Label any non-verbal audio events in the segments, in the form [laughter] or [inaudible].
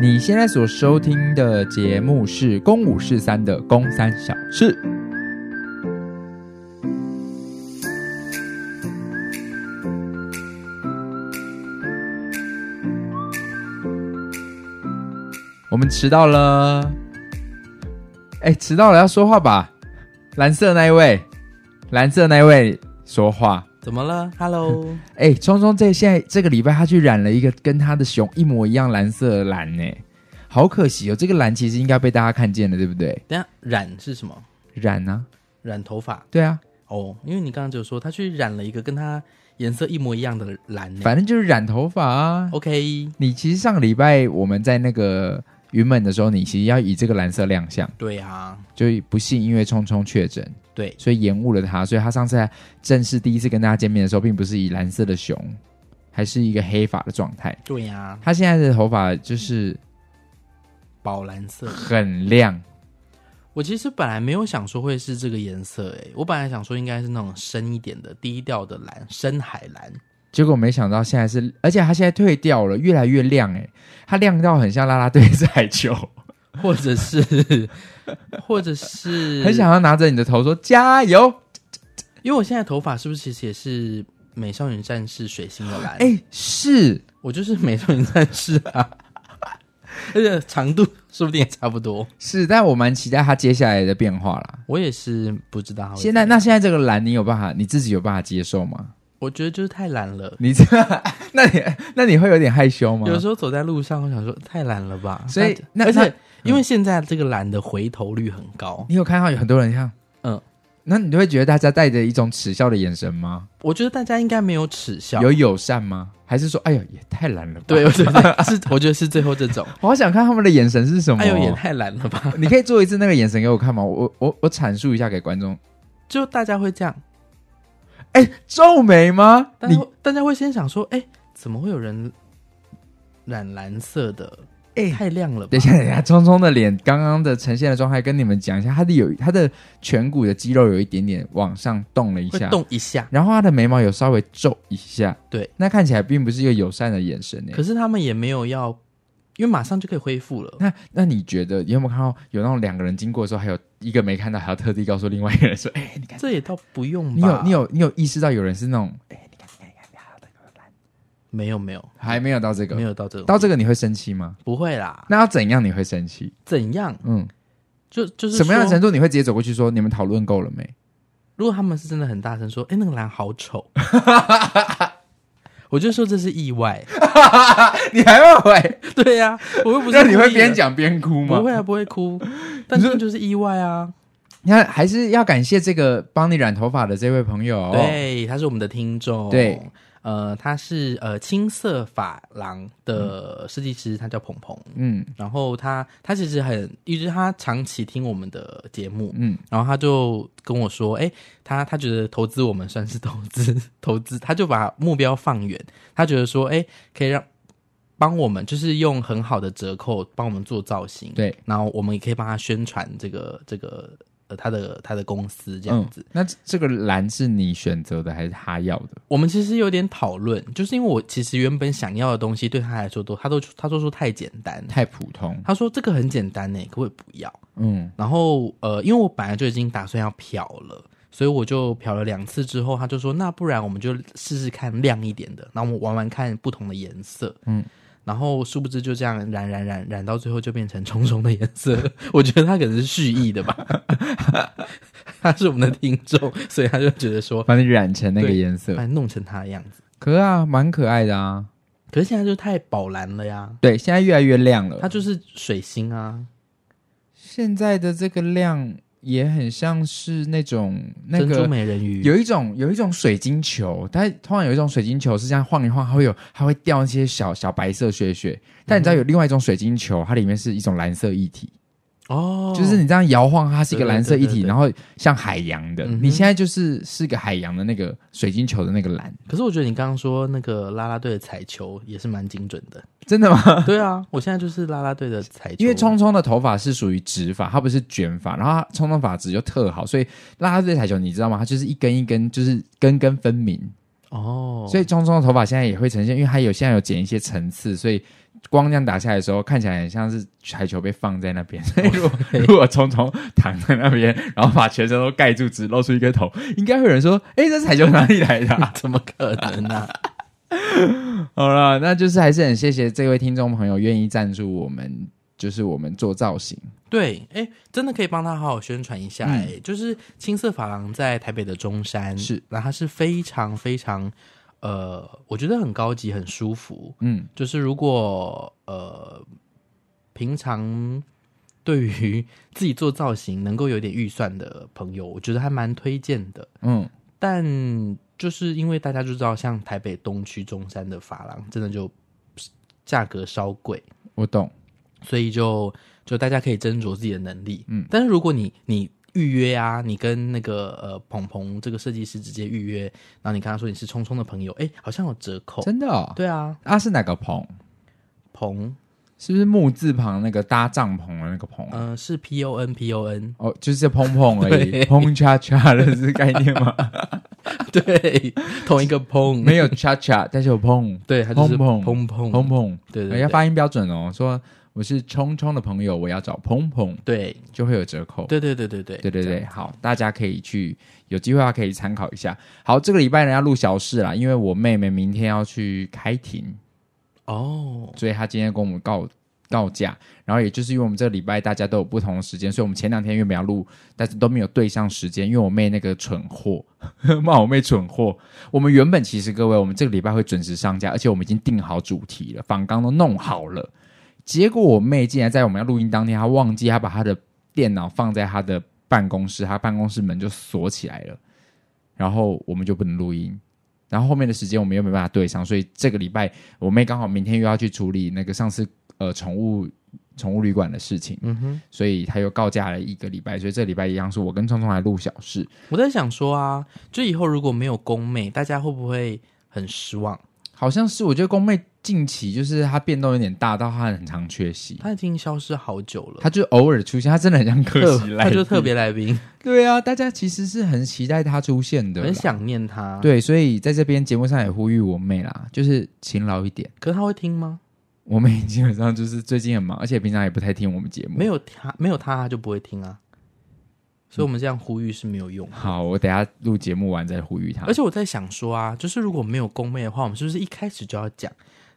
你现在所收听的节目是《公五是三》的《公三小事》。我们迟到了，哎，迟到了要说话吧。蓝色那一位，蓝色那一位说话。怎么了？Hello，哎，聪聪这现在这个礼拜他去染了一个跟他的熊一模一样蓝色的蓝呢，好可惜哦。这个蓝其实应该被大家看见了，对不对？ [laughs] 等一下染是什么？染啊，染头发对啊，哦，因为你刚刚就说他去染了一个跟他颜色一模一样的蓝呢。反正就是染头发啊。 OK，你其实上个礼拜我们在那个云门的时候，你其实要以这个蓝色亮相，对啊，就不幸因为聪聪确诊，对，所以延误了他，所以他上次正式第一次跟大家见面的时候，并不是以蓝色的熊，还是一个黑发的状态。对啊呀、他现在的头发就是宝蓝色。很亮，我其实本来没有想说会是这个颜色，诶，我本来想说应该是那种深一点的低调的蓝，深海蓝。结果没想到现在是，而且它现在退掉了，越来越亮哎、它亮到很像啦啦队彩球，或者是， [laughs] 或者是很想，要拿着你的头说加油。因为我现在头发是不是其实也是美少女战士水星的蓝？哎、是我就是美少女战士啊，而且长度说不定也差不多。是，但我蛮期待它接下来的变化啦。我也是不知道它会现在怎么样那现在这个蓝，你有办法你自己有办法接受吗？我觉得就是太懒了，你这，那你那你会有点害羞吗？有时候走在路上，我想说太懒了吧。所以那而那嗯且因为现在这个懒的回头率很高，你有看到有很多人像，嗯，那你会觉得大家带着一种耻笑的眼神吗？我觉得大家应该没有耻笑。有友善吗？还是说，哎呦，也太懒了吧？对对对，是 [laughs] 我觉得是最后这 [laughs] 种，我好想看他们的眼神是什么。哎呦也太懒了吧！你可以做一次那个眼神给我看吗？我我我阐述一下给观众。就大家会这样，哎，皱眉吗？大家你会大家会先想说，哎，怎么会有人染蓝色的？哎，太亮了吧！等一下，等一下，聪聪的脸刚刚的呈现的状态，跟你们讲一下，他的有他的颧骨的肌肉有一点点往上动了一会下，动一下，然后他的眉毛有稍微皱一下，对，那看起来并不是一个友善的眼神欸诶。可是他们也没有要，因为马上就可以恢复了。那那你觉得有没有看到有那种两个人经过的时候，还有一个没看到，还要特地告诉另外一个人说：“哎、你看，这也倒不用吧？你有你有你有意识到有人是那种没有没有还没有到这个，没有到这种到这个你会生气吗？不会啦？那要怎样你会生气？怎样？嗯，就就是什么样的说程度你会直接走过去说你们讨论够了没？如果他们是真的很大声说：“哎、那个蓝好 [laughs] 丑。”我就说这是意 [laughs] 外。你还会回？对呀、我又不是那你会故意的边讲边哭吗？不会。啊，不会 [laughs] 哭，但这就是意外啊。你看，还是要感谢这个帮你染头发的这位朋友。，哦对，他是我们的听众。对。呃，他是呃青色发廊的设计师，他叫鹏鹏。嗯然后他他其实很，一直他长期听我们的节目，嗯，然后他就跟我说，哎，他他觉得投资我们算是投资， [laughs] 投资，他就把目标放远，他觉得说，哎，可以让帮我们，就是用很好的折扣帮我们做造型，，对，然后我们也可以帮他宣传这个这个呃他的他的公司这样嗯子。，那这这个蓝是你选择的还是他要的？我们其实有点讨论，就是因为我其实原本想要的东西对他来说都，他都他都说太简单，太普通。他说这个很简单呢，可不可以不要？嗯，然后呃，因为我本来就已经打算要漂了，所以我就漂了两次之后，他就说那不然我们就试试看亮一点的，然后我们玩玩看不同的颜色，嗯。然后殊不知就这样染染染染到最后就变成重重的 [laughs] 颜色，我觉得他可能是蓄意的吧， [laughs] 他是我们的听众，所以他就觉得说，把你染成那个对颜色把，弄成他的样子。可啊，蛮可爱的啊。可是现在就太宝蓝了呀，对，现在越来越亮了。它就是水星啊，现在的这个亮也很像是那种那珍珠个美人鱼有一种有一种水晶球，它通常有一种水晶球是这样晃一晃，它会有它会掉一些小小白色屑屑。但嗯你知道有另外一种水晶球，它里面是一种蓝色液体，哦，就是你这样摇晃，它是一个蓝色液体，对对对对然后像海洋的。嗯哼你现在就是是个海洋的那个水晶球的那个蓝，可是我觉得你刚刚说那个啦啦队的彩球也是蛮精准的。 [laughs] 真的吗？对啊，我现在就是啦啦队的彩球，因为聪聪的头发是属于直发，它不是卷发，然后它聪聪发质就特好，所以拉拉队彩球你知道吗？它就是一根一根，就是根根分明，哦，所以聪聪的头发现在也会呈现，因为它有现在有剪一些层次，所以光这样打下来的时候，看起来很像是彩球被放在那边。 [laughs] 所以如果如果聪聪躺在那边，然后把全身都盖住，只露出一个头，应该会有人说：“哎、这彩球哪里来的、啊 [laughs] 怎么可能呢、啊？？” [laughs] 好了，那就是还是很谢谢这位听众朋友愿意赞助我们，就是我们做造型。对，哎，真的可以帮他好好宣传一下。哎、就是青色发廊在台北的中山，嗯是，那它是非常非常，呃，我觉得很高级，很舒服。嗯，就是如果呃，平常对于自己做造型能够有点预算的朋友，我觉得还蛮推荐的。嗯，但就是因为大家就知道，像台北东区中山的发廊，真的就价格稍贵，我懂。所以就就大家可以斟酌自己的能力。嗯嗯，但是如果你你预约啊，你跟那个呃鹏鹏这个设计师直接预约，然后你跟他说你是聪聪的朋友，哎、好像有折扣。真的哦，对啊，啊是哪个棚？鹏，是不是木字旁那个搭帐篷的那个棚？嗯、是 P O N P O [laughs] N，哦，就是碰碰而已， [laughs] 对碰恰恰的是概念吗？对，同一个 [laughs] 鹏，没有恰恰，但是有碰对，他就砰是鹏砰鹏鹏碰碰，对对呃对要发音标准哦。说我是冲冲的朋友，我要找碰碰，对就会有折扣。对对对对对对对对，好，大家可以去有机会的话可以参考一下。好，这个礼拜呢要录小事啦，因为我妹妹明天要去开庭，哦，所以她今天跟我们告告假，然后也就是因为我们这个礼拜大家都有不同的时间，所以我们前两天原本要录，但是都没有对上时间，因为我妹那个蠢货 [laughs] 骂我妹蠢货。我们原本其实各位，我们这个礼拜会准时上架，而且我们已经定好主题了，访纲都弄好了，结果我妹竟然在我们要录音当天，她忘记她把她的电脑放在她的办公室，她办公室门就锁起来了，然后我们就不能录音。然后后面的时间我们又没办法对上，所以这个礼拜我妹刚好明天又要去处理那个上次呃宠物宠物旅馆的事情，嗯哼。所以她又告假了一个礼拜，所以这礼拜一样是我跟聪聪来录小事。我在想说啊，就以后如果没有宫妹，大家会不会很失望？好像是我觉得宫妹近期就是她变动有点大，到她很常缺席，她已经消失好久了，她就偶尔出现，她真的很像可惜来她就特别来宾，对啊，大家其实是很期待她出现的啦，很想啊念她。，啊对，所以在这边节目上也呼吁我妹啦，就是勤劳一点。可是她会听吗？我妹基本上就是最近很忙，而且平常也不太听我们节目。没有她，没有她，她就不会听啊。所以我们这样呼吁是没有用的。好，我等一下录节目完再呼吁他。而且我在想说啊，就是如果没有宫妹的话，我们是不是一开始就要讲？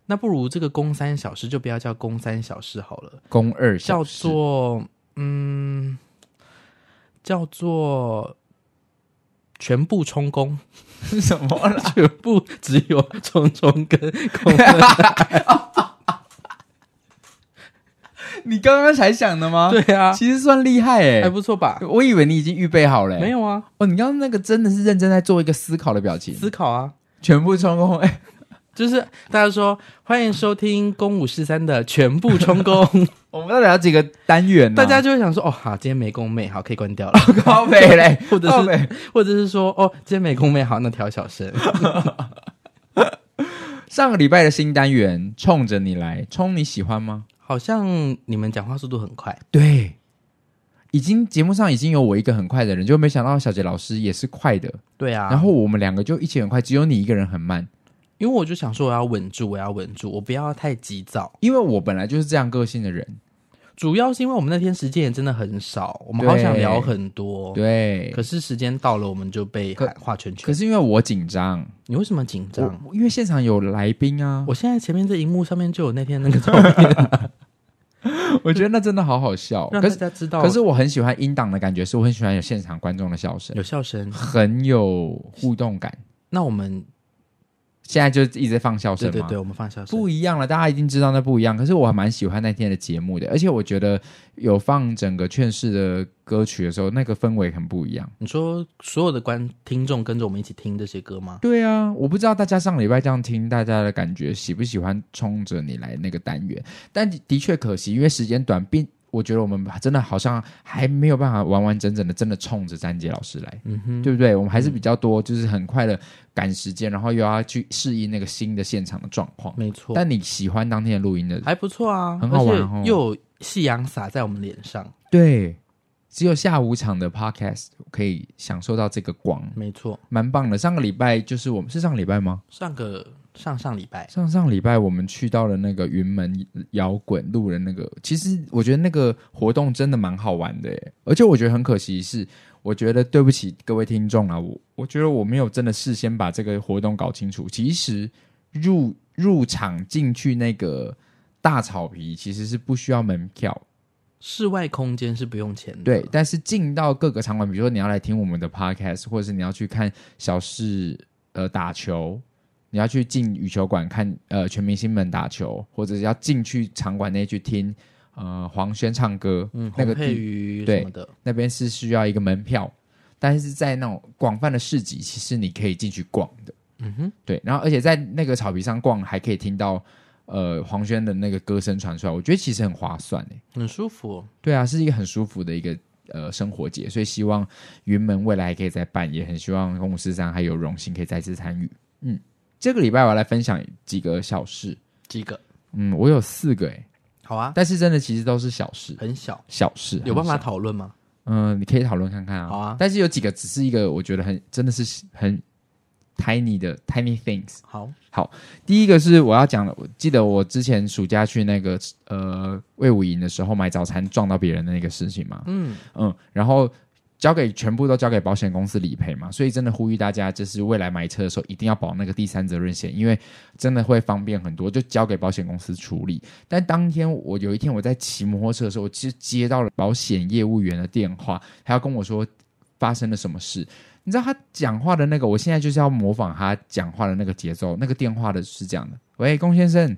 那不如这个宫三小时就不要叫宫三小时好了，宫二小叫时做嗯，叫做全部充公。是什么 [laughs] 啦？全部只有虫虫跟空 [laughs] 你刚刚才想的吗？对，啊，其实算厉害哎、还不错吧？我以为你已经预备好了、没有啊，哦，你刚刚那个真的是认真在做一个思考的表情，思考啊，全部充公哎、就是大家说欢迎收听《公五十三》的全部充 [laughs] 公，我们到底要几个单元呢、[laughs] 大家就会想说哦，好，今天没公妹，好，可以关掉了，高北嘞，或者靠是北或者是说哦，今天没公妹，好，那调小 [laughs] 声，上个礼拜的新单元《冲着你来》，冲你喜欢吗？好像你们讲话速度很快，对，已经节目上已经有我一个很快的人，就没想到小杰老师也是快的，对啊，然后我们两个就一起很快，只有你一个人很慢。因为我就想说我要稳住，我要稳住，我不要太急躁，因为我本来就是这样个性的人，主要是因为我们那天时间也真的很少，我们好想对聊很多，对。可是时间到了，我们就被可喊画圈圈可。是因为我紧张，你为什么紧张？我因为现场有来宾啊，我现在前面这荧幕上面就有那 [laughs] 天那个照片，我觉得那真的好好笑。让可大是家知道。可是我很喜欢音档的感觉，是我很喜欢有现场观众的笑声有，笑声，很有互动感。那我们现在就一直在放笑声对嘛。对对，我们放笑声。不一样了，大家一定知道那不一样。可是我还蛮喜欢那天的节目的，而且我觉得有放整个劝世的歌曲的时候，那个氛围很不一样。你说所有的观听众跟着我们一起听这些歌吗？对啊，我不知道大家上礼拜这样听，大家的感觉喜不喜欢冲着你来那个单元？但的确可惜，因为时间短，并我觉得我们真的好像还没有办法完完整整的真的冲着詹杰老师来，嗯哼，对不对？我们还是比较多，就是很快的赶时间，然后又要去适应那个新的现场的状况。没错，但你喜欢当天的录音的，还不错啊，很好玩哦而且又有夕阳洒在我们脸上，对，只有下午场的 podcast 可以享受到这个光，没错。蛮棒的。上个礼拜就是我们是上个礼拜吗？上个上上礼拜，上上礼拜我们去到了那个云门摇滚路人那个，其实我觉得那个活动真的蛮好玩的耶，而且我觉得很可惜是，我觉得对不起各位听众啊，我我觉得我没有真的事先把这个活动搞清楚。其实入入场进去那个大草皮其实是不需要门票室外空间是不用钱的，对，但是进到各个场馆，比如说你要来听我们的 podcast，或者是你要去看小事呃打球，你要去进羽球馆看呃全明星们打球，或者是要进去场馆内去听呃黄轩唱歌，嗯，那个洪佩地瑜对什么的，那边是需要一个门票，但是在那种广泛的市集，其实你可以进去逛的。嗯哼，对，然后而且在那个草皮上逛，还可以听到呃黄轩的那个歌声传出来，我觉得其实很划算欸诶、很舒服。对啊，是一个很舒服的一个呃生活节，所以希望云门未来还可以再办，也很希望公五四三还有荣幸可以再次参与。嗯，这个礼拜我要来分享几个小事。几个嗯，我有四个诶、好啊，但是真的其实都是小事，很小，小事有办法很小讨论吗？嗯，你可以讨论看看啊。好啊但是有几个只是一个我觉得很真的是很 tiny 的 tiny things。好，第一个是我要讲的，我记得我之前暑假去那个呃魏武营的时候买早餐撞到别人的那个事情嘛。嗯，嗯，然后交给全部都交给保险公司理赔嘛，所以真的呼吁大家，就是未来买车的时候一定要保那个第三责任险，因为真的会方便很多，就交给保险公司处理。但当天我有一天我在骑摩托车的时候，我其实接到了保险业务员的电话，他要跟我说发生了什么事。你知道他讲话的那个，我现在就是要模仿他讲话的那个节奏。那个电话的是这样的：喂，龚先生，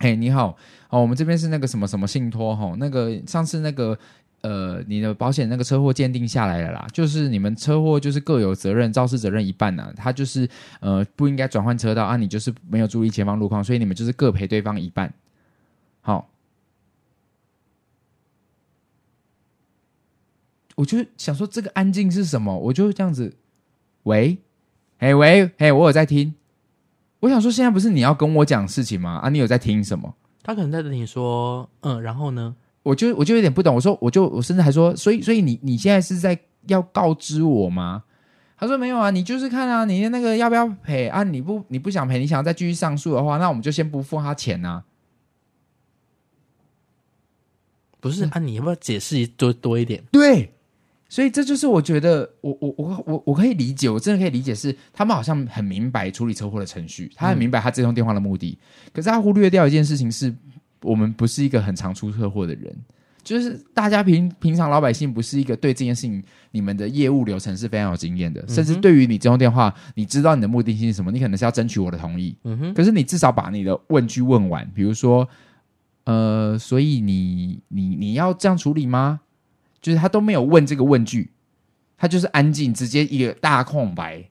嘿，你好，哦，我们这边是那个什么什么信托哈、那个上次那个呃，你的保险那个车祸鉴定下来了啦，就是你们车祸就是各有责任，肇事责任一半呐、他就是呃不应该转换车道啊，你就是没有注意前方路况，所以你们就是各赔对方一半。好，我就想说这个安静是什么？我就这样子，喂，嘿喂，嘿，我有在听。我想说，现在不是你要跟我讲事情吗？啊，你有在听什么？他可能在等你说，嗯，然后呢？我就我就有点不懂，我说我就我甚至还说，所以所以你你现在是在要告知我吗？他说没有啊，你就是看啊，你那个要不要赔啊？你不你不想赔，你想要再继续上诉的话，那我们就先不付他钱啊。不是啊，你要不要解释多多一点？对，所以这就是我觉得我我我我我可以理解，我真的可以理解是，他们好像很明白处理车祸的程序，他很明白他这通电话的目的，可是他啊忽略掉一件事情是，我们不是一个很常出车祸的人。就是大家平平常老百姓不是一个对这件事情，你们的业务流程是非常有经验的，甚至对于你这通电话，你知道你的目的性是什么，你可能是要争取我的同意，嗯哼，可是你至少把你的问句问完，比如说，呃，所以你你你要这样处理吗？就是他都没有问这个问句，他就是安静，直接一个大空白，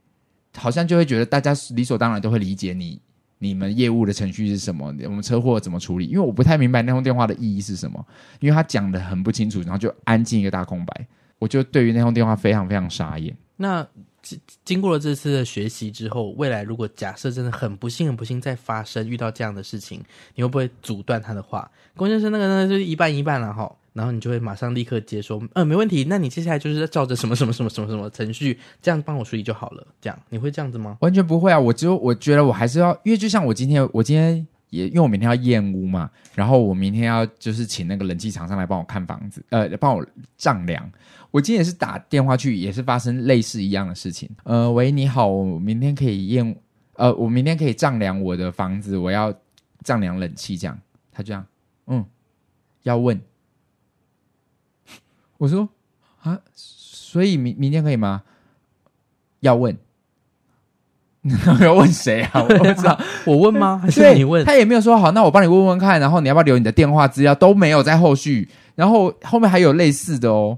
好像就会觉得大家理所当然都会理解你你们业务的程序是什么，我们车祸怎么处理？因为我不太明白那通电话的意义是什么，因为他讲的很不清楚，然后就安静一个大空白，我就对于那通电话非常非常傻眼。那经经过了这次的学习之后，未来如果假设真的很不幸、很不幸再发生遇到这样的事情，你会不会阻断他的话？龚先生那个呢，就是一半一半了哈。然后你就会马上立刻接说，嗯、没问题。那你接下来就是照着什么什么什么什么什么程序，这样帮我处理就好了。这样你会这样子吗？完全不会啊！我只有我觉得我还是要，因为就像我今天，我今天也因为我明天要验屋嘛，然后我明天要就是请那个冷气厂商来帮我看房子，呃，帮我丈量。我今天也是打电话去，也是发生类似一样的事情。呃，喂，你好，我明天可以验，呃，我明天可以丈量我的房子，我要丈量冷气，这样。他这样，嗯，要问。 [laughs] 我说啊，所以明明天可以吗？要问。要问谁啊？我不知道。我问吗？还是对，你问？他也没有说好，那我帮你问问看，然后你要不要留你的电话资料都没有在后续，然后后面还有类似的哦，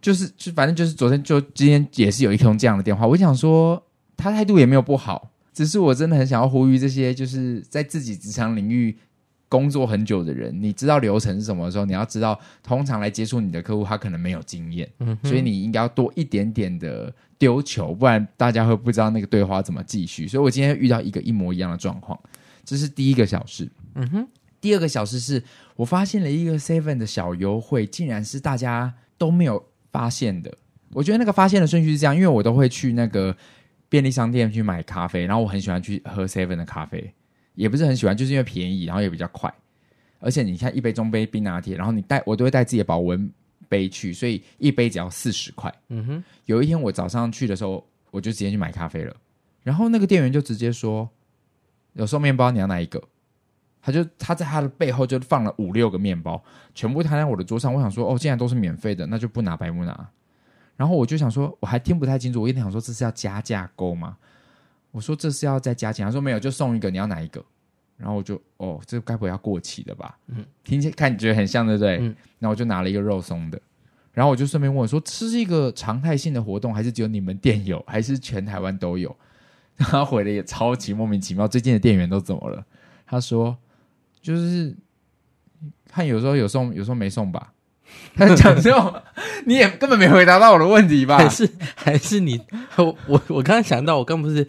就是就反正就是昨天就今天也是有一通这样的电话，我想说他态度也没有不好，只是我真的很想要呼吁这些就是在自己职场领域。工作很久的人，你知道流程是什么的时候，你要知道，通常来接触你的客户，他可能没有经验，嗯哼所以你应该要多一点点的丢球，不然大家会不知道那个对话怎么继续。所以我今天遇到一个一模一样的状况，这是第一个小时。嗯哼，第二个小时是我发现了一个 Seven 的小优惠，竟然是大家都没有发现的。我觉得那个发现的顺序是这样，因为我都会去那个便利商店去买咖啡，然后我很喜欢去喝 Seven 的咖啡，也不是很喜欢，就是因为便宜，然后也比较快。而且你看一杯中杯冰拿铁，然后你带我都会带自己的保温杯去，所以一杯只要四十块。嗯哼，有一天我早上去的时候，我就直接去买咖啡了，然后那个店员就直接说：“有送面包，你要哪一个？”他就他在他的背后就放了五六个面包，全部摊在我的桌上。我想说，哦，既然都是免费的，那就不拿白不拿。然后我就想说，我还听不太清楚，我一直想说这是要加价购吗？我说这是要再加钱，他说没有，就送一个，你要哪一个？然后我就哦，这该不会要过期的吧？嗯，听起看你觉得很像，对不对？嗯然后我就拿了一个肉松的，然后我就顺便问我说，这是一个常态性的活动，还是只有你们店有，还是全台湾都有？ [laughs] 他回的也超级莫名其妙，最近的店员都怎么了？他说就是看有时候有送，有时候没送吧。 [laughs] 他就讲这种，你也根本没回答到我的问题 [laughs] 吧？还是还是你，我我我刚刚想到，我刚不是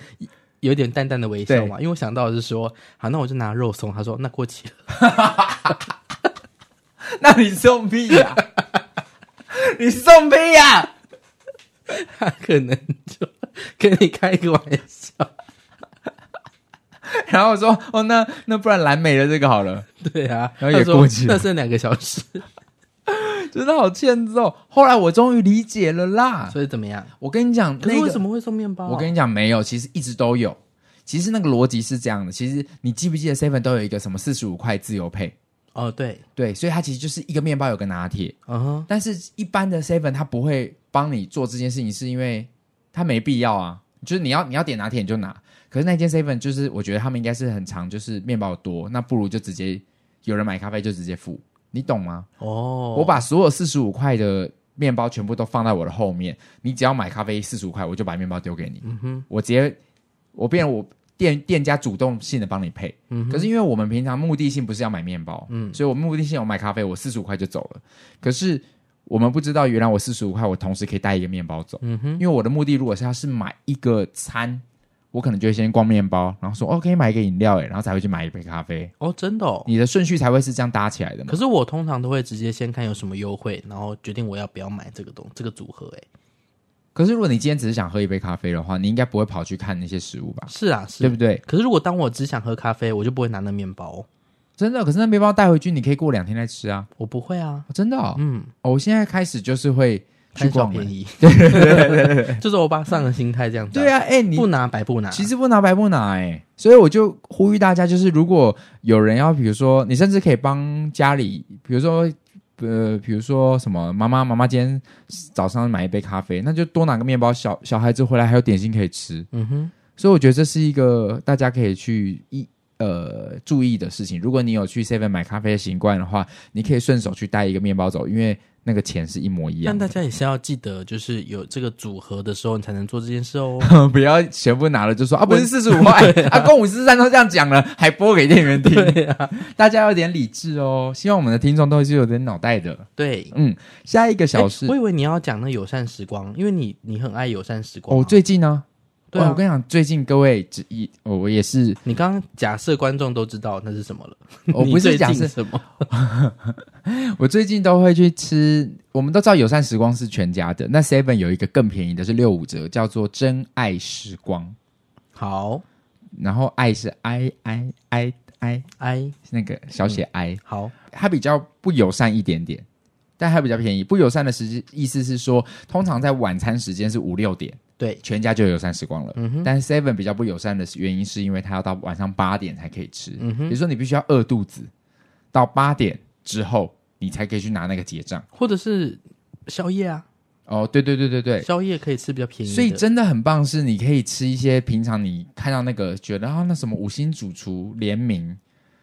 有点淡淡的微笑嘛，因为我想到的是说，好，那我就拿肉松。他说那过期了， [laughs] 那你送屁 [laughs] 呀、你送屁呀、他可能就跟你开个玩笑，然后我说，哦，那那不然蓝莓的这个好了，对啊，然后也他说过期了那剩两个小时，真的好欠揍。后来我终于理解了啦。所以怎么样？我跟你讲，可是那个为什么会送面包啊、我跟你讲，没有，其实一直都有。其实那个逻辑是这样的，其实你记不记得 Seven 都有一个什么四十五块自由配？哦，对，对，所以它其实就是一个面包有个拿铁，嗯哼，但是一般的 Seven 它不会帮你做这件事情，是因为它没必要啊。就是你要你要点拿铁你就拿，可是那间 Seven 就是我觉得他们应该是很常就是面包多，那不如就直接有人买咖啡就直接付，你懂吗？哦，我把所有四十五块的面包全部都放在我的后面，你只要买咖啡四十五块，我就把面包丢给你。嗯哼，我直接我变成我店店家主动性的帮你配。嗯哼可是因为我们平常目的性不是要买面包，嗯所以我目的性我买咖啡，我四十五块就走了。可是我们不知道，原来我四十五块，我同时可以带一个面包走。嗯哼，因为我的目的如果是要是买一个餐，我可能就会先逛面包，然后说哦可以买一个饮料诶，然后才会去买一杯咖啡。哦，真的哦。你的顺序才会是这样搭起来的嘛可？是我通常都会直接先看有什么优惠，然后决定我要不要买这个东这个组合。哎，可是如果你今天只是想喝一杯咖啡的话，你应该不会跑去看那些食物吧？是啊，是。对不对？可是如果当我只想喝咖啡，我就不会拿那面包，哦真的，可是那面包带回去，你可以过两天再吃啊！我不会啊。哦真的哦，嗯，哦，我现在开始就是会去贪小逛便了。宜， [laughs] 就是我把上的心态这样子。对，啊，哎、你不拿白不拿。其实不拿白不拿哎、所以我就呼吁大家，就是如果有人要，比如说你甚至可以帮家里，比如说呃，比如说什么妈妈妈妈今天早上买一杯咖啡，那就多拿个面包，小小孩子回来还有点心可以吃。嗯哼，所以我觉得这是一个大家可以去一呃注意的事情。如果你有去 Seven 买咖啡的习惯的话，你可以顺手去带一个面包走，因为那个钱是一模一样但大的。家也是要记得，就是有这个组合的时候，你才能做这件事哦。 [laughs] 不要全部拿了就说啊，不是四十五块，啊，公五十三都这样讲了，还播给店员听。对啊， [laughs] 大家有点理智哦，希望我们的听众都是有点脑袋的。 [laughs] 对。嗯，下一个小诶事我，以为你要讲那友善时光，因为你你很爱友善时光啊、哦，最近呢、对哦啊我跟你讲，最近各位只一，哦我也是，你刚刚假设观众都知道那是什么了，我你不是最假近设，什么，我最近都会去吃，我们都知道友善时光是全家的，那 Seven 有一个更便宜的是六五折，叫做真爱时光，好然后爱是 i i i i 哎那个小写 i，、好，它比较不友善一点点，但它比较便宜。不友善的实意思是说，通常在晚餐时间是五六点，对，全家就有友善时光了。嗯哼但 Seven 比较不友善的原因是因为它要到晚上八点才可以吃，嗯比哼如，说你必须要饿肚子，到八点之后你才可以去拿那个结账。或者是宵夜啊，哦，对对对对对，宵夜可以吃比较便宜的，所以真的很棒，是你可以吃一些平常你看到那个觉得啊那什么五星主厨联名，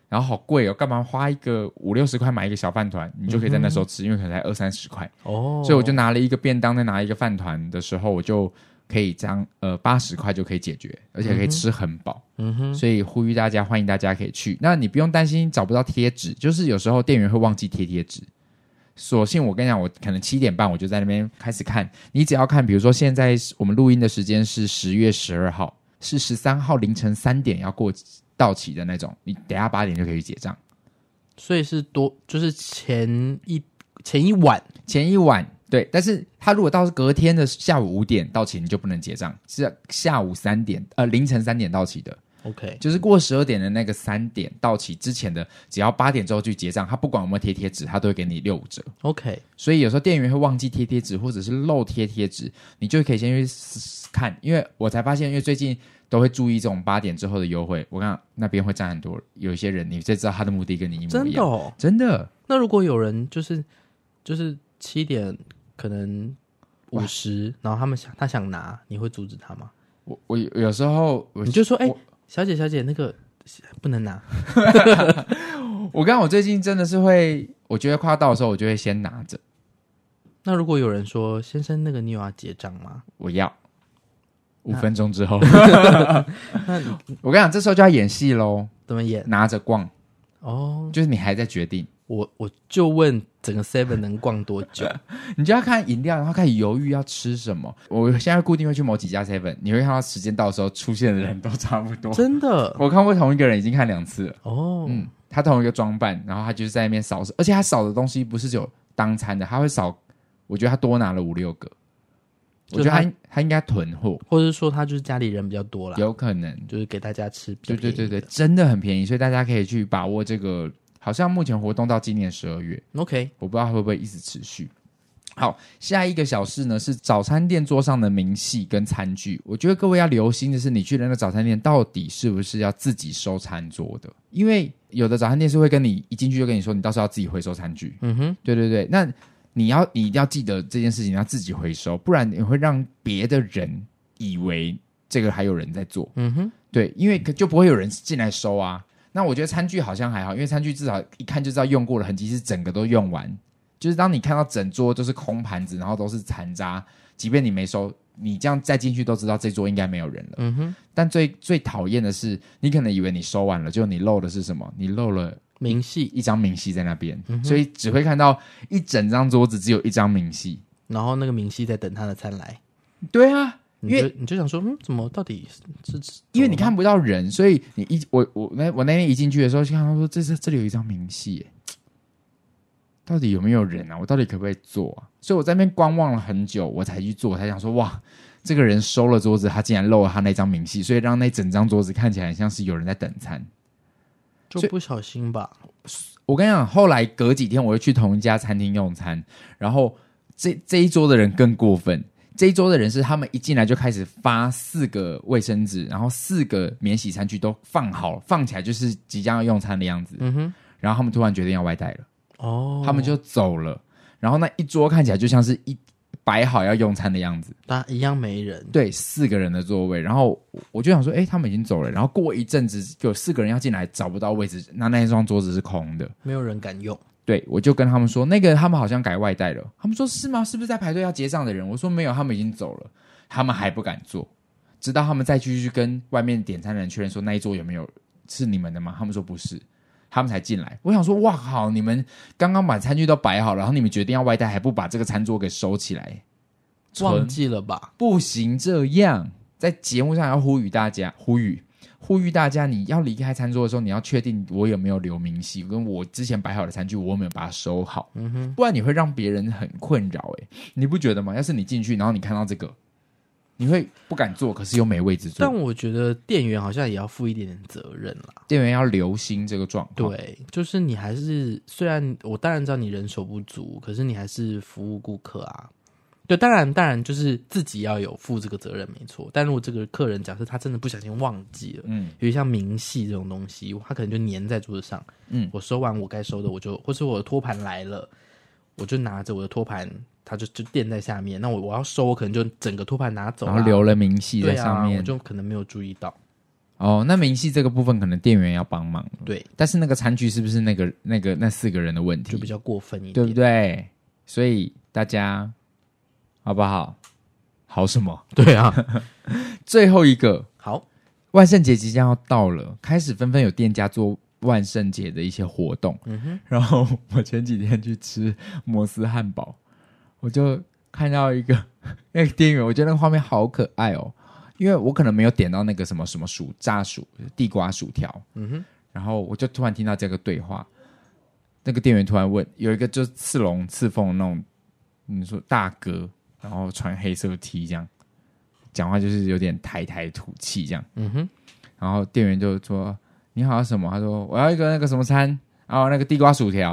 然后好贵哦，干嘛花一个五六十块买一个小饭团，你就可以在那时候吃，因为可能才二三十块，哦，所以我就拿了一个便当，再拿一个饭团的时候，我就可以这样呃八十块就可以解决，而且可以吃很饱。嗯哼，所以呼吁大家，欢迎大家可以去。那你不用担心找不到贴纸，就是有时候店员会忘记贴贴纸。索性我跟你讲，我可能七点半我就在那边开始看。你只要看，比如说现在我们录音的时间是十月十二号，是十三号凌晨三点要过到期的那种，你等一下八点就可以去结账。所以是多就是前一前一晚前一晚对，但是他如果到隔天的下午五点到期，你就不能结账，是啊下午三点呃凌晨三点到期的。 ，OK，就是过十二点的那个三点到期之前的，只要八点之后去结账，他不管有没有贴贴纸，他都会给你六五折。 OK，所以有时候店员会忘记贴贴纸，或者是漏贴贴纸，你就可以先去试试看。因为我才发现，因为最近都会注意这种八点之后的优惠，我看那边会站很多，有一些人你就知道他的目的跟你一模真一的样，哦。真的那如果有人就是就是七点可能五十，然后他们想他想拿，你会阻止他吗？我我有有时候我你就说，哎、我小姐小姐，那个不能拿，我刚我最近真的是会，我觉得快要到的时候，我就会先拿着，那如果有人说：“先生，那个你有要结账吗我要。五分钟之后，？” [laughs] 那你我跟你讲，这时候就要演戏喽，怎么演？拿着逛，哦，就是你还在决定，我我就问整个 Seven 能逛多 [laughs] 久？你就要看饮料，然后开始犹豫要吃什么。我现在固定会去某几家 seven，你会看到时间到的时候出现的人都差不 [laughs] 多。真的我看过同一个人已经看两次了，哦，嗯，他同一个装扮，然后他就是在那边扫，而且他扫的东西不是只有当餐的，他会扫，我觉得他多拿了五六个，我觉得就他他应他应该囤货，或者说他就是家里人比较多啦，有可能，就是给大家吃比对较便对宜对的。对，真的很便宜，所以大家可以去把握这个。好像目前活动到今年十二月， ，OK，我不知道会不会一直持续。好，下一个小事呢是早餐店桌上的明细跟餐具。我觉得各位要留心的是，你去的那个早餐店到底是不是要自己收餐桌的？因为有的早餐店是会跟你一进去就跟你说，你到时候要自己回收餐具。嗯哼，对对对，那你要你一定要记得这件事情，你要自己回收，不然你会让别的人以为这个还有人在做。嗯哼，对，因为可就不会有人进来收啊。那我觉得餐具好像还好，因为餐具至少一看就知道用过的痕迹是整个都用完。就是当你看到整桌都是空盘子，然后都是残渣，即便你没收，你这样再进去都知道这桌应该没有人了。嗯哼，但最最讨厌的是，你可能以为你收完了，就你漏的是什么？你漏了明细，一张明细在那边，所以只会看到一整张桌子只有一张明细。然后那个明细在等他的餐来，对啊，你因就为你就想说，嗯，怎么到底是是？因为你看不到人，所以你一我我那我那天一进去的时候，就看到说这是这里有一张明细耶，到底有没有人啊？我到底可不可以坐啊？所以我在那边观望了很久，我才去坐，我才想说哇，这个人收了桌子，他竟然漏了他那张明细，所以让那整张桌子看起来很像是有人在等餐。就所以不小心吧，我跟你讲，后来隔几天我又去同一家餐厅用餐，然后这这一桌的人更过分。这一桌的人是他们一进来就开始发四个卫生纸，然后四个免洗餐具都放好，放起来就是即将要用餐的样子。嗯哼，然后他们突然决定要外带了，哦，他们就走了。然后那一桌看起来就像是一摆好要用餐的样子，大家一样没人，对，四个人的座位。然后我我就想说，哎，他们已经走了。然后过一阵子有四个人要进来，找不到位置，那那一张桌子是空的。没有人敢用，对，我就跟他们说，那个他们好像改外带了。他们说是吗？是不是在排队要结账的人？我说没有，他们已经走了，他们还不敢坐，直到他们再继续跟外面点餐的人确认说那一桌有没有是你们的吗？他们说不是，他们才进来。我想说，哇靠，你们刚刚把餐具都摆好了，然后你们决定要外带，还不把这个餐桌给收起来，忘存记了吧？不行这样。在节目上要呼吁大家，呼吁呼吁大家，你要离开餐桌的时候，你要确定我有没有留明细，跟我之前摆好的餐具，我有没有把它收好，嗯哼，不然你会让别人很困扰。哎，你不觉得吗？要是你进去，然后你看到这个，你会不敢坐，可是又没位置但坐。我觉得店员好像也要负一点点责任啦。店员要留心这个状况。，对，就是你还是虽然我当然知道你人手不足，可是你还是服务顾客啊。对，当然当然就是自己要有负这个责任，没错。但如果这个客人假设他真的不小心忘记了，嗯，比如像明细这种东西，他可能就粘在桌子上。嗯我收完我该收的，我就或是我的托盘来了，我就拿着我的托盘它就就垫在下面。那我我要收，我可能就整个托盘拿走、啊，然后留了明细对在啊，上面我。就可能没有注意到。哦，那明细这个部分可能店员要帮忙了，对，但是那个餐具是不是那个那个那四个人的问题，就比较过分一点，对不？对？所以大家好不好？好什么？对啊，最后一个， [laughs] 好，万圣节即将要到了，开始纷纷有店家做万圣节的一些活动。嗯哼，然后我前几天去吃摩斯汉堡，我就看到一个 [laughs] 那个店员，我觉得那个画面好可爱哦，因为我可能没有点到那个什么什么薯炸薯地瓜薯条，嗯哼，然后我就突然听到这个对话，那个店员突然问，有一个就是刺龙刺凤那种，你说大哥，然后穿黑色 T 这样，讲话就是有点抬抬土气这样，嗯哼，然后店员就说：“你好要什么？”他说：“我要一个那个什么餐，然后那个地瓜薯条。”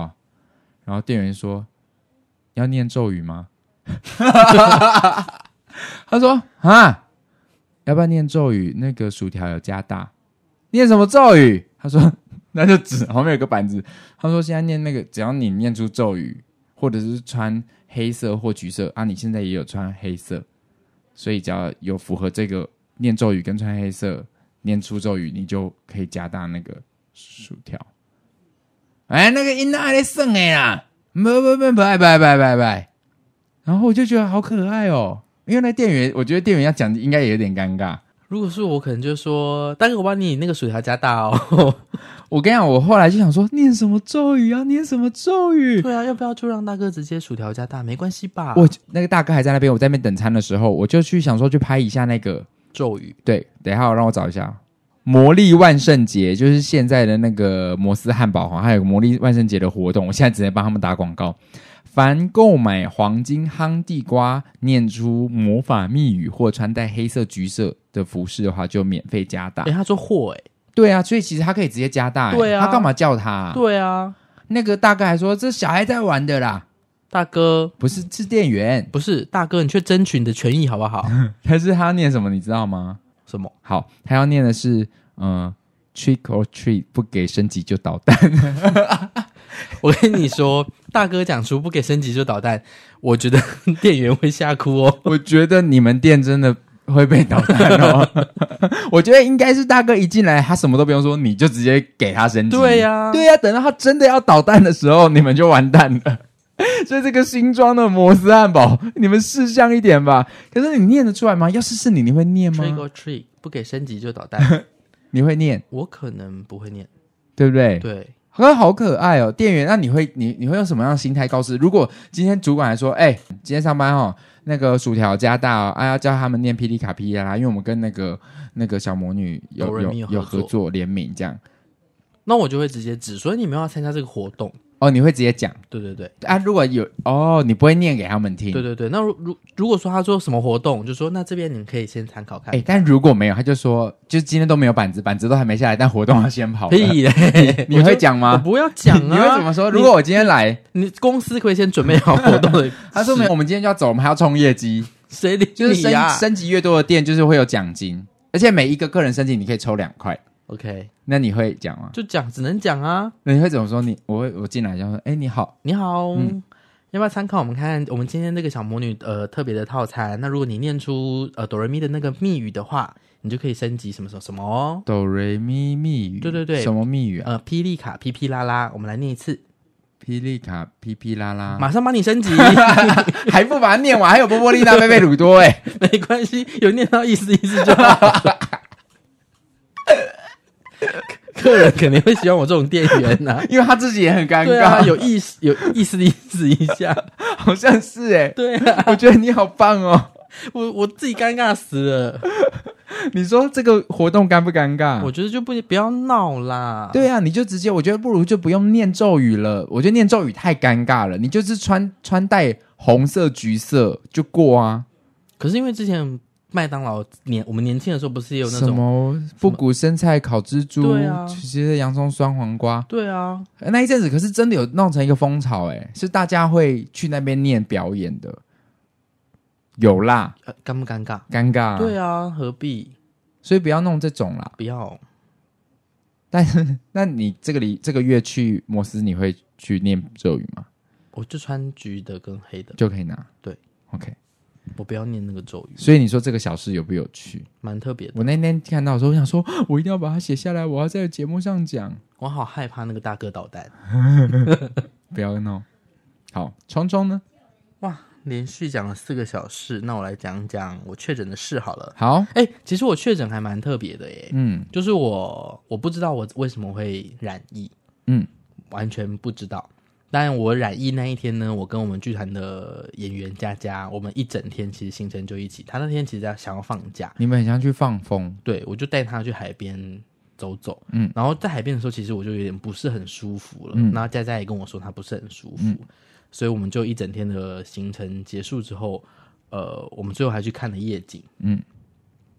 然后店员说：“要念咒语吗？” [laughs] 他说：“啊，要不要念咒语？那个薯条有加大，念什么咒语？”他说：“ [laughs] 那就指旁边有个板子。”他说：“现在念那个，只要你念出咒语，或者是穿黑色或橘色啊，你现在也有穿黑色，所以只要有符合这个念咒语跟穿黑色念出咒语，你就可以加大那个薯条。哎，那个因那在剩哎啦，不不不不，拜拜拜拜拜。然后我就觉得好可爱哦，因为那店员，我觉得店员要讲应该也有点尴尬。如果是我，可能就说大哥，我把你那个薯条加大哦。 [laughs] 我跟你讲，我后来就想说，念什么咒语啊？念什么咒语？对啊，要不要就让大哥直接薯条加大，没关系吧？我那个大哥还在那边，我在那边等餐的时候，我就去想说去拍一下那个，咒语对，等一下让我找一下。魔力万圣节就是现在的那个摩斯汉堡皇，还有个魔力万圣节的活动，我现在直接帮他们打广告。凡购买黄金夯地瓜，念出魔法密语或穿戴黑色、橘色的服饰的话，就免费加大哎、。他说货哎、对啊，所以其实他可以直接加大、欸。对啊他干嘛叫他、啊？对啊，那个大概还说这小孩在玩的啦，大哥不是是店员。不是大哥，你去争取你的权益好 [laughs] 不好？但是他念什么你知道吗？什么？好，他要念的是嗯、呃 trick or treat，不给升级就捣蛋。 [laughs] 我跟你说，大哥讲出不给升级就捣蛋，我觉得 [laughs] 店员会吓哭 [laughs] 哦。我觉得你们店真的会被捣蛋哦。 [laughs] 我觉得应该是大哥一进来，他什么都不用说，你就直接给他升级。对呀对呀、等到他真的要捣蛋的时候，你们就完蛋了。 [laughs] 所以这个新装的摩斯汉堡，你们试香一点吧。可是你念得出来吗？要是是你，你会念 Trick 吗？ or treat，不给升级就捣 [laughs] 蛋。你会念，我可能不会念，对不对？。对，可好可爱哦，店员，那你会你你会用什么样的心态告知？如果今天主管来说，哎、今天上班哦，那个薯条加大哦，啊，要叫他们念霹雳卡皮啊亚啦，因为我们跟那个那个小魔女哆有瑞有咪有有合合作作联名这样，那我就会直接指说你们要参加这个活动。哦，你会直接讲对对对，啊？如果有哦，你不会念给他们听，对对对。那如如如果说他做什么活动，就说那这边你们可以先参考看哎、。但如果没有，他就说，就是今天都没有板子，板子都还没下来，但活动要先跑了。 [laughs] 屁 [laughs] 嘞！你会讲吗我不要讲啊！你会怎么说？你如果我今天来，，你公司可以先准备好活动的 [laughs] 他说没有，我们今天就要走，我们还要冲业绩。谁理就是你啊升、呀升级越多的店，就是会有奖金，而且每一个客人升级你可以抽两块。 ？OK，那你会讲吗？就讲，只能讲啊！那你会怎么说？你我会我进来就说，哎、你好，你好，要不要参考我们看我们今天这个小魔女呃特别的套餐？那如果你念出呃哆瑞咪的那个密语的话，你就可以升级什么什么什么哦。哆瑞咪密语，对对对什么密语啊？呃，霹雳卡噼噼啦啦，我们来念一次，霹雳卡噼噼啦啦，马上帮你升级，还不把它念完，还有波波丽娜、贝贝鲁多、哎，没关系，有念到意思意思就好了。客人肯定会喜欢我这种店员呐、因为他自己也很尴对尬，啊，有意思，有意思，意思一下。好像是哎、对啊，我觉得你好棒哦！我我自己尴尬死了。你说这个活动尴不尴尬？我觉得就不不要闹啦。对啊，你就直接，我觉得不如就不用念咒语了。我觉得念咒语太尴尬了，你就是穿穿戴红色、橘色就过啊。可是因为之前麦当劳年我们年轻的时候不是也有那什种？么复古生菜烤蜘蛛对啊，其实洋葱酸黄瓜对啊，呃那一阵子，可是真的有弄成一个风潮、欸，是大家会去那边念表演的，有啦，呃尴不尴尬？尴尬、对啊，啊，何必所以不要弄这种啦。不要？但是，那你这个里这个月去摩斯，你会去念咒语吗？我就穿橘的跟黑的，就可以拿。对，OK。我不要念那个咒语，所以你说这个小事有不有趣？蛮特别的。我那天看到的时候，我想说，我一定要把它写下来，我要在节目上讲。我好害怕那个大哥导弹，不要闹。好，聪聪呢？哇！连续讲了四个小时，那我来讲讲我确诊的事好了。好，哎、其实我确诊还蛮特别的耶，嗯就是我我不知道我为什么会染疫，嗯完全不知道。但我染疫那一天呢，我跟我们剧团的演员佳佳，我们一整天其实行程就一起。她那天其实想要放假，你们很像去放风，对我就带她去海边走走。嗯，然后在海边的时候，其实我就有点不是很舒服了。然后佳佳也跟我说她不是很舒服，嗯所以我们就一整天的行程结束之后，呃，我们最后还去看了夜景。嗯，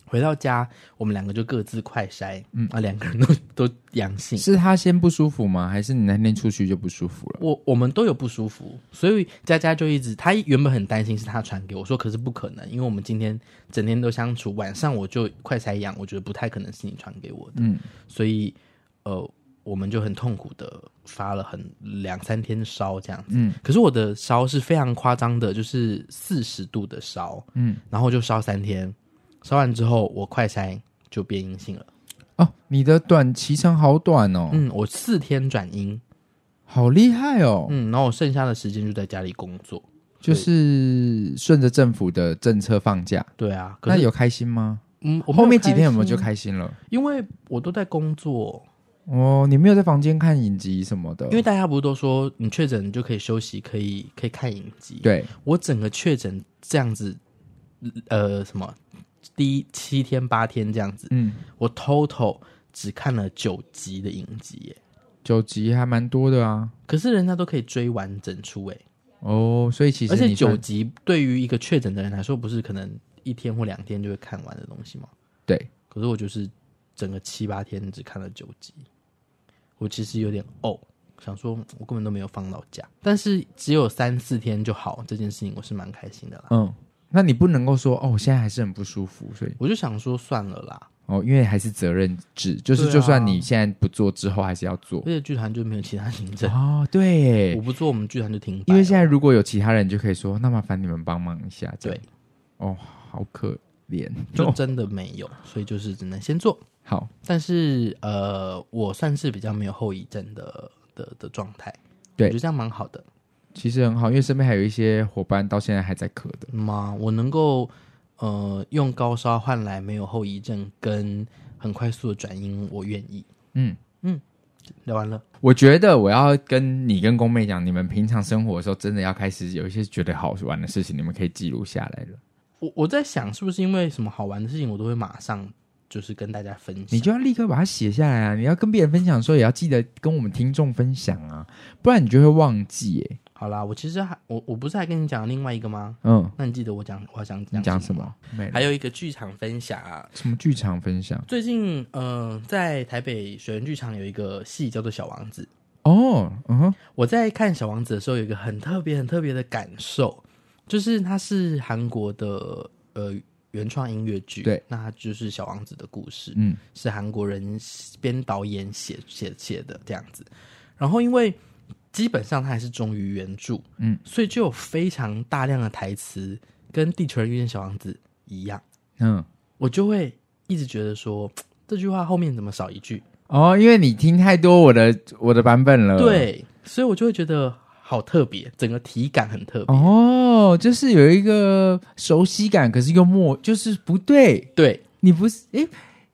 回到家，我们两个就各自快筛，嗯啊，两个人都都阳性。是他先不舒服吗？还是你那天出去就不舒服了？我我们都有不舒服，所以佳佳就一直，她原本很担心是她传给我，说可是不可能，因为我们今天整天都相处，晚上我就快塞阳，我觉得不太可能是你传给我的，嗯，所以呃，我们就很痛苦的发了很两三天烧这样子，嗯，可是我的烧是非常夸张的，就是四十度的烧，嗯，然后就烧三天，烧完之后我快塞就变阴性了，哦，你的短期程好短哦，嗯，我四天转阴，好厉害哦，嗯，然后我剩下的时间就在家里工作。就是顺着政府的政策放假。对啊，可那是有开心吗？嗯，我没后面几天有没有就开开心了？心？因为我都在工作，哦，你没有在房间看影集什么的，因为大家不是都说你确诊你就可以休息，可以可以看影集。，对，我整个确诊这样子，呃，什么第一七天八天这样子，嗯，我 total 只看了九集的影集耶，九集还蛮多的啊。可是人家都可以追完整出哎，哦，所以其实而且你算九集对于一个确诊的人来说，不是可能一天或两天就会看完的东西吗？对，可是我就是整个七八天只看了九集，我其实有点哦，想说我根本都没有放到假，但是只有三四天就好，这件事情我是蛮开心的啦。嗯，那你不能够说哦，我现在还是很不舒服，所以我就想说算了啦，哦，因为还是责任制，就是对啊就算你现在不做，之后还是要做而。且剧团就没有其他行 [laughs] 政，哦，对我耶，不做我们剧团就停摆了。因为现在如果有其他人，就可以说那麻烦你们帮忙一下。这样对，哦，好可怜就哦。真的没有，所以就是只能先做。好，但是呃，我算是比较没有后遗症的的的状态，对我觉得这样蛮好的其实很好，因为身边还有一些伙伴到现在还在咳的。嘛。我能够呃用高烧换来没有后遗症跟很快速的转阴，我愿意。嗯，聊完了，我觉得我要跟你跟宫妹讲，你们平常生活的时候，真的要开始有一些觉得好玩的事情，你们可以记录下来了。我我在想是不是因为什么好玩的事情，我都会马上就是跟大家分享。你就要立刻把它写下来啊！你要跟别人分享的时候，也要记得跟我们听众分享啊，不然你就会忘记、欸。好啦，我其实还我我不是还跟你讲另外一个吗？嗯，那你记得我讲我想你讲讲什什么？么？没了还有一个剧场分享、啊，什么剧场分享？最近，嗯、在台北水源剧场有一个戏叫做《小王子》。哦，嗯哼，我在看《小王子》的时候，有一个很特别、很特别的感受，就是它是韩国的呃原创音乐剧，对，那它就是《小王子》的故事，嗯，是韩国人编导演写写写的这样子。然后因为基本上它还是忠于原著，嗯，所以就有非常大量的台词跟《地球人遇见小王子》一样，嗯，我就会一直觉得说这句话后面怎么少一句，哦，因为你听太多我的我的版本了。，对，所以我就会觉得好特别，整个体感很特别。哦，就是有一个熟悉感，可是又默，就是不对，对，你不是诶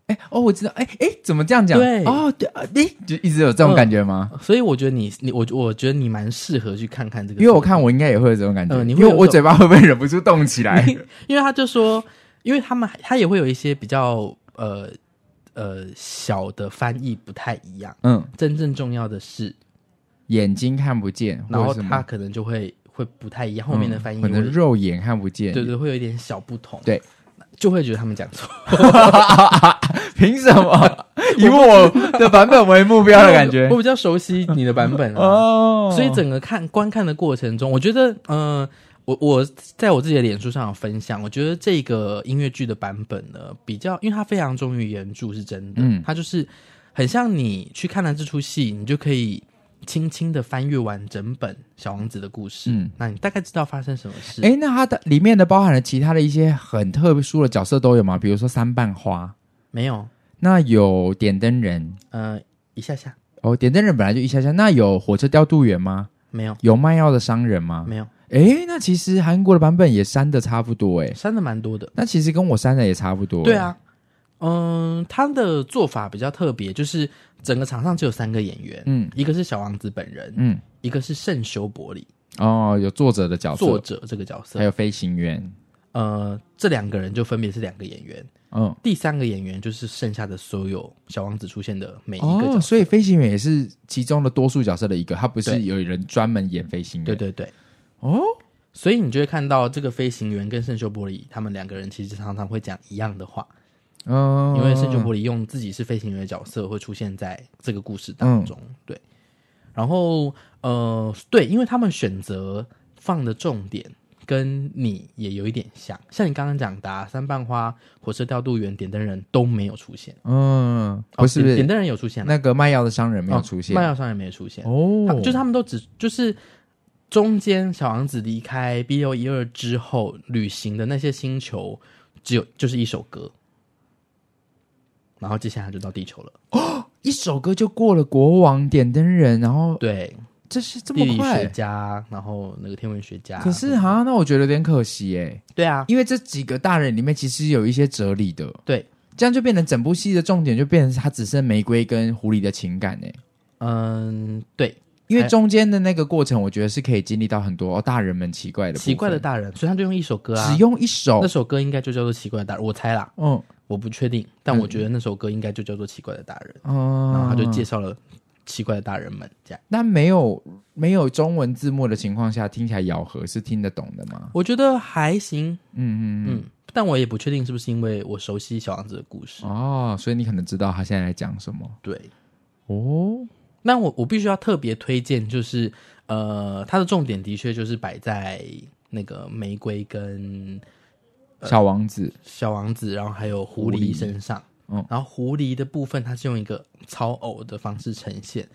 诶哦，我知道，诶诶，怎么这样讲？对哦，对，啊诶，就一直有这种嗯感觉吗？所以我觉得你你我我觉得你蛮适合去看看这个，因为我，看我应该也会有这种感觉，嗯你因会为有我这嘴种巴会不会忍不住动起来？因为他就说， [laughs] 因为他们他也会有一些比较呃呃小的翻译不太一样，嗯，真正重要的是，眼睛看不见，然或后者什他么可能就会会不太一样，后面的翻译嗯可会、能肉眼看不见。对对会有一点小不同，对，就会觉得他们讲错。凭什么以我的版本为目标的感觉 [laughs] 我？比较熟悉你的版本 [laughs] 啊，哦，所以整个看观看的过程中，我觉得，嗯、我我在我自己的脸书上有分享，我觉得这个音乐剧的版本呢，比较，因为它非常忠于原著，是真的，嗯它就是很像你去看了这出戏，你就可以轻轻的翻阅完整本《小王子》的故事，嗯那你大概知道发生什么事。哎，那它的里面的包含了其他的一些很特殊的角色都有吗？比如说三瓣花，没有，那有点灯人呃，一下下哦，点灯人本来就一下下，那有火车调度员吗？没有，有卖药的商人吗？没有，哎，那其实韩国的版本也删的差不多哎，删的蛮多的。那其实跟我删的也差不多。对，啊，嗯，他的做法比较特别，就是整个场上只有三个演员，嗯一个是小王子本人，嗯，一个是圣修伯里哦，哎有作者的角色，作者这个角还色，有飞行员，呃，这两个人就分别是两个演员，嗯，第三个演员就是剩下的所有小王子出现的每一个角哦，色。所以飞行员也是其中的多数角色的一个，他不是对有人专门演飞行员，对对对，哦，所以你就会看到这个飞行员跟圣修伯里他们两个人其实常常会讲一样的话，嗯，因为圣修伯里用自己是飞行员的角色会出现在这个故事嗯当中。对，然后呃，对，因为他们选择放的重点。跟你也有一点像，像你刚刚讲的、啊、三瓣花、火车调度员、点灯人都没有出现，嗯，不是哦不点是点灯人有出现啊，那个卖药的商人没有出现，哦、卖药商人没有出现，哦他，就是他们都只就是中间小王子离开 B 六一二之后旅行的那些星球，只有就是一首歌，然后接下来就到地球了。哦一首歌就过了国王点灯人，然后对，这是这地么理学快。家，然后那个天文学家，可是啊哈、那我觉得有点可惜哎，对啊，因为这几个大人里面其实有一些哲理的，对，这样就变成整部戏的重点就变成他只剩玫瑰跟狐狸的情感哎，嗯，对，因为哎中间的那个过程，我觉得是可以经历到很多、哦、大人们奇怪的部分奇怪的大人，所以他就用一首歌啊，只用一首那，首歌应该就叫做《奇怪的大人》，我猜啦，嗯我不确定，但我觉得那首歌应该就叫做《奇怪的大人》，嗯，然后他就介绍了奇怪的大人们这样。那没有没有中文字幕的情况下，听起来咬合是听得懂的吗？我觉得还行，嗯嗯嗯。嗯，但我也不确定是不是因为我熟悉小王子的故事。哦，所以你可能知道他现在在讲什么对，哦。那我我必须要特别推荐，就是呃，它的重点的确就是摆在那个玫瑰跟呃小王子，小王子，然后还有狐狐狸狸身上。嗯然后狐狸的部分，它是用一个超偶的方式呈现，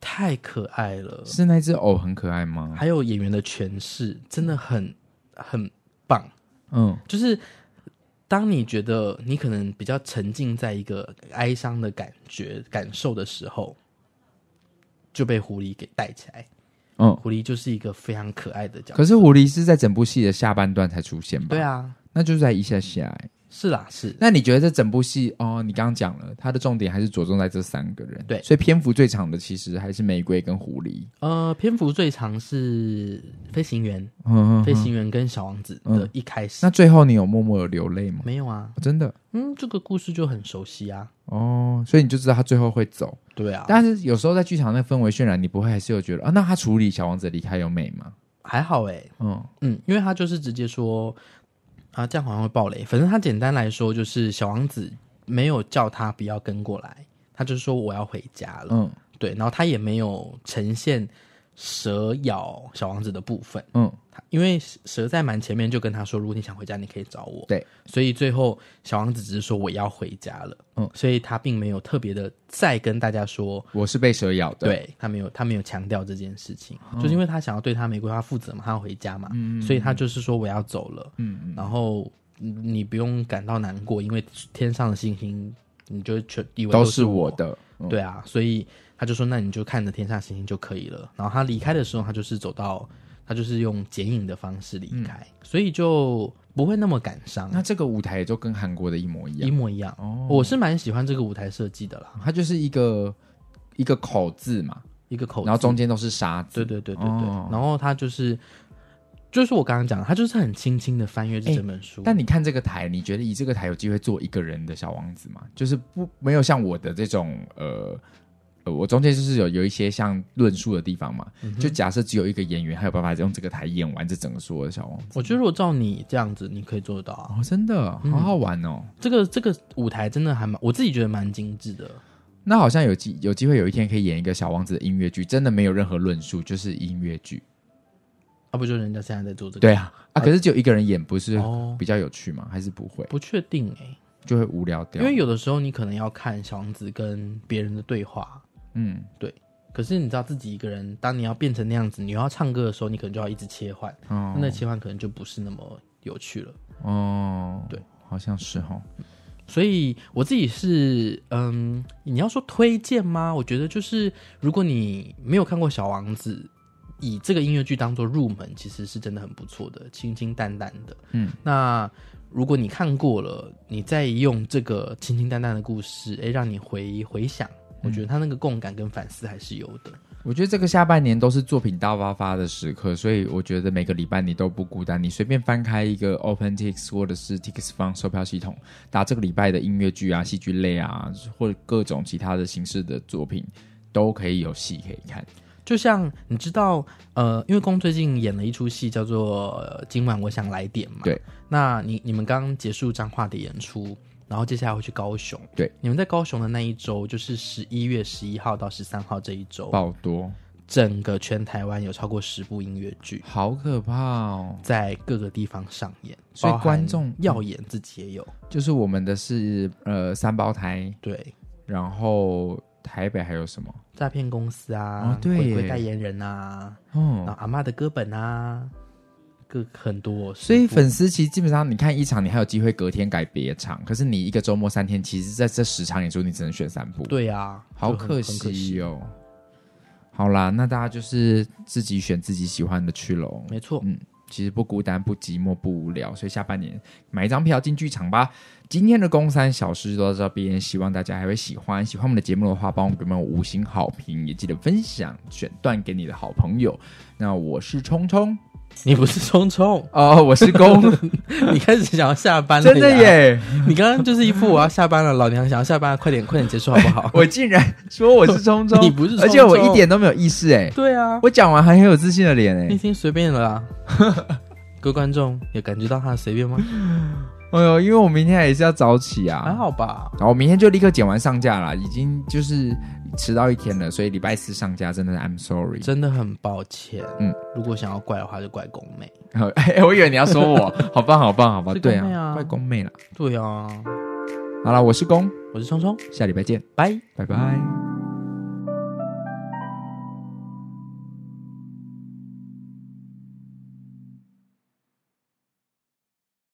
太可爱了。是那只偶很可爱吗？还有演员的诠释真的很很棒，嗯就是当你觉得你可能比较沉浸在一个哀伤的感觉感受的时候，就被狐狸给带起来。嗯。狐狸就是一个非常可爱的角色。可是狐狸是在整部戏的下半段才出现吧？对，啊，那就是在一下下欸。是啦，是那你觉得这整部戏哦，你刚刚讲了，它的重点还是着重在这三个人，对所以篇幅最长的其实还是玫瑰跟狐狸。呃，篇幅最长是飞行员，嗯，嗯飞嗯行员跟小王子的一开始。那最后你有默默有流泪吗？没有啊，哦真的嗯，这个故事就很熟悉啊。哦，所以你就知道他最后会走。对啊，但是有时候在剧场那氛围渲染，你不会还是有觉得啊？那他处理小王子离开有美吗？还好诶、嗯，嗯，因为他就是直接说啊，这样好像会爆雷。反正他简单来说就是小王子没有叫他不要跟过来，他就说我要回家了。嗯对，然后他也没有呈现蛇咬小王子的部分，嗯，他因为蛇在蛮前面就跟他说，如果你想回家，你可以找我。对，所以最后小王子只是说我要回家了。嗯嗯，所以他并没有特别的再跟大家说。我是被蛇咬的。，对他没有，他没有强调这件事情，哦就是因为他想要对他玫瑰花负责嘛，他要回家嘛，所以他就是说我要走了，嗯嗯，然后嗯你不用感到难过，因为天上的星星，你就全以为都是是我，的。嗯对啊，所以他就说那你就看着天上星星就可以了。然后他离开的时候，他就是走到，他就是用剪影的方式离开，所以就不会那么感嗯伤，那这个舞台也就跟韩国的一模一一样，模一样。哦我是蛮喜欢这个舞台设计的啦，它就是一个一个口字嘛，一个口字，然后中间都是沙子。对对对对对，哦然后他就是，就是我刚刚讲的，他就是很轻轻的翻阅这哎整本书。但你看这个台，你觉得以这个台有机会做一个人的小王子吗？就是不没有像我的这种呃。呃，我中间就是有有一些像论述的地方嘛，就假设只有一个演员，他有办法用这个台演完这整个所有的小王子。我觉得如果照你这样子，你可以做得到啊。哦，真的好好玩哦！这个这个舞台真的还蛮，我自己觉得蛮精致的。那好像有机有机会有一天可以演一个小王子的音乐剧，真的没有任何论述，就是音乐剧。啊，不就人家现在在做这个？对，啊，啊，可是只有一个人演，不是哦比较有趣吗？还是不会，不确定哎、就会无聊掉。因为有的时候你可能要看小王子跟别人的对话，嗯，可是你知道自己一个人，当你要变成那样子，你又要唱歌的时候，你可能就要一直切换，哦那切换可能就不是那么有趣了。哦，对，好像是哦哈、所以我自己是，嗯，你要说推荐吗？我觉得就是，如果你没有看过《小王子》，以这个音乐剧当做入门，其实是真的很不错的，清清淡淡的。嗯，那如果你看过了，你再用这个清清淡淡的故事，哎，让你回回想，我觉得他那个共感跟反思还是有的。我觉得这个下半年都是作品大发发的时刻，所以我觉得每个礼拜你都不孤单。你随便翻开一个 OpenTix 或者是 TixFun 售票系统，打这个礼拜的音乐剧啊、戏剧类啊，或者各种其他的形式的作品，都可以有戏可以看。就像你知道，呃，因为宫最近演了一出戏叫做呃《今晚我想来点》嘛，对。那你你们刚结束彰化的演出，然后接下来会去高雄，对。你们在高雄的那一周，就是十一月十一号到十三号这一周，爆多，整个全台湾有超过十部音乐剧好可怕哦！在各个地方上演，所以包含观众耀眼自己也有，就是我们的是呃三胞胎，对。然后台北还有什么？诈骗公司啊，哦对鬼耶鬼代言人啊，然后哦，阿妈的歌本啊，各很多，所以十部粉丝其实基本上，你看一场，你还有机会隔天改别场，可是你一个周末三天，其实在这十场演出，你只能选三部，，对啊，好就很可很可惜哦。好啦，那大家就是自己选自己喜欢的去喽。没错，嗯其实不孤单、不寂寞、不无聊，所以下半年买一张票进剧场吧。今天的公三小事就到这边，希望大家还会喜欢。喜欢我们的节目的话，帮我们给我们五星好评，也记得分享选段给你的好朋友。那我是冲冲你不是 [laughs] 冲冲，哦，我是 [laughs] 公，你开始想要下班了，真的！耶！你刚刚就是一副我要下班了，老娘想要下班了，快点快点结束好不 [laughs] 好？我竟然说我是冲冲，你不是冲冲而且我一点都没有意识哎，对啊，我讲完还很有自信的脸哎你已。经随 [laughs] 便了啊。各位观众有感觉到他的随便吗？哎呦，因为我明天也是要早起啊，还好吧，然后我明天就立刻剪完上架啦，已经就是迟到一天了，所以礼拜四上架真的是 I'm sorry。真的很抱歉。嗯嗯，如果想要怪的话，就怪宫妹。 [laughs] 哎，我以为你要说 [laughs] 我，好棒好棒好棒，是对公妹啊怪公妹啦。对啊，好啦，我是公，我是冲冲，下礼拜见，拜。拜拜。